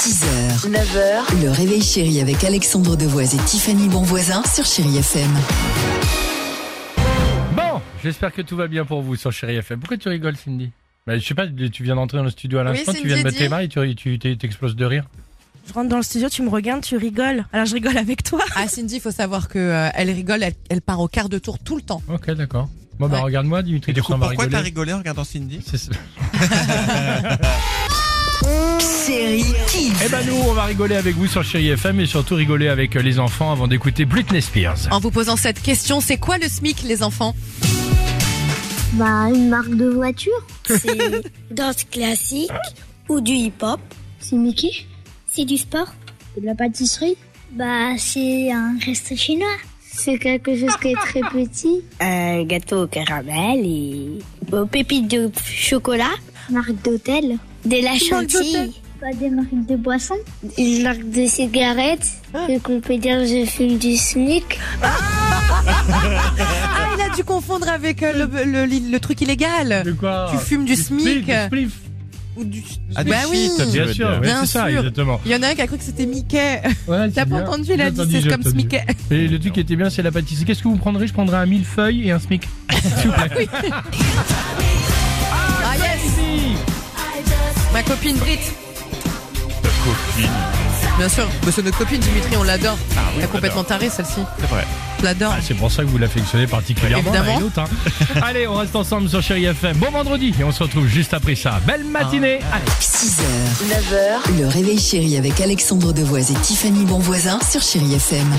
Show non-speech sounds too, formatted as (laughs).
6h, 9h, le réveil chéri avec Alexandre Devoise et Tiffany Bonvoisin sur Chéri FM. Bon, j'espère que tout va bien pour vous sur Chéri FM. Pourquoi tu rigoles, Cindy bah, Je sais pas, tu viens d'entrer dans le studio à l'instant, tu viens de battre les mains et tu- tu tu- t'exploses de rire. Je rentre dans le studio, tu me regardes, tu rigoles. Alors je rigole avec toi. Ah Cindy, il faut savoir que euh, elle rigole, elle, elle part au quart de tour tout le temps. Ok, d'accord. Bon, bah Ouais. regarde-moi, Dimitri, Et du tu coup, s'en vas pourquoi t'as rigoler. rigolé en regardant Cindy C'est ça. Série Kids. Eh ben nous, on va rigoler avec vous sur Chéri FM et surtout rigoler avec euh, les enfants avant d'écouter Britney Spears. En vous posant cette question, c'est quoi le SMIC les enfants Bah, une marque de voiture. (laughs) c'est danse classique ou du hip-hop. C'est Mickey. C'est du sport. C'est de la pâtisserie. Bah, c'est un reste chinois. Euh, C'est quelque chose qui est très petit. Un gâteau au caramel et aux pépites de chocolat. Marque d'hôtel. De la chantilly. Pas des marques de boissons. Ah. Une marque de cigarettes. Et qu'on peut dire je fume du sneak. Ah, il a dû confondre avec euh, le, le- le- le truc illégal De quoi Oh, Tu fumes du spliff, SMIC Ah, du spliff. ou du... Ah, des Bah oui. shit, tu Bien veux sûr, dire. oui, Bien c'est ça, sûr. exactement. Il y en a un qui a cru que c'était Mickey. (laughs) Ouais, T'as c'est pas bien. entendu, il J'ai a dit entendu, c'est j'ai comme entendu. Mickey. Et le truc qui était bien, c'est la pâtisserie. Qu'est-ce que vous prendrez Je prendrai un millefeuille et un smic. S'il vous plaît. Ah yes Ma copine Brit. Bien sûr, mais c'est notre copine Dimitri, on l'adore. elle est complètement tarée celle-ci. C'est vrai. Je l'adore. Ah, c'est pour ça que vous l'affectionnez particulièrement. Évidemment. l'un et l'autre, hein. (laughs) Allez, on reste ensemble sur Chéri FM. Bon vendredi et on se retrouve juste après ça. Belle matinée. à 6h, 9h, le réveil chéri avec Alexandre Devoise et Tiffany Bonvoisin sur Chéri FM.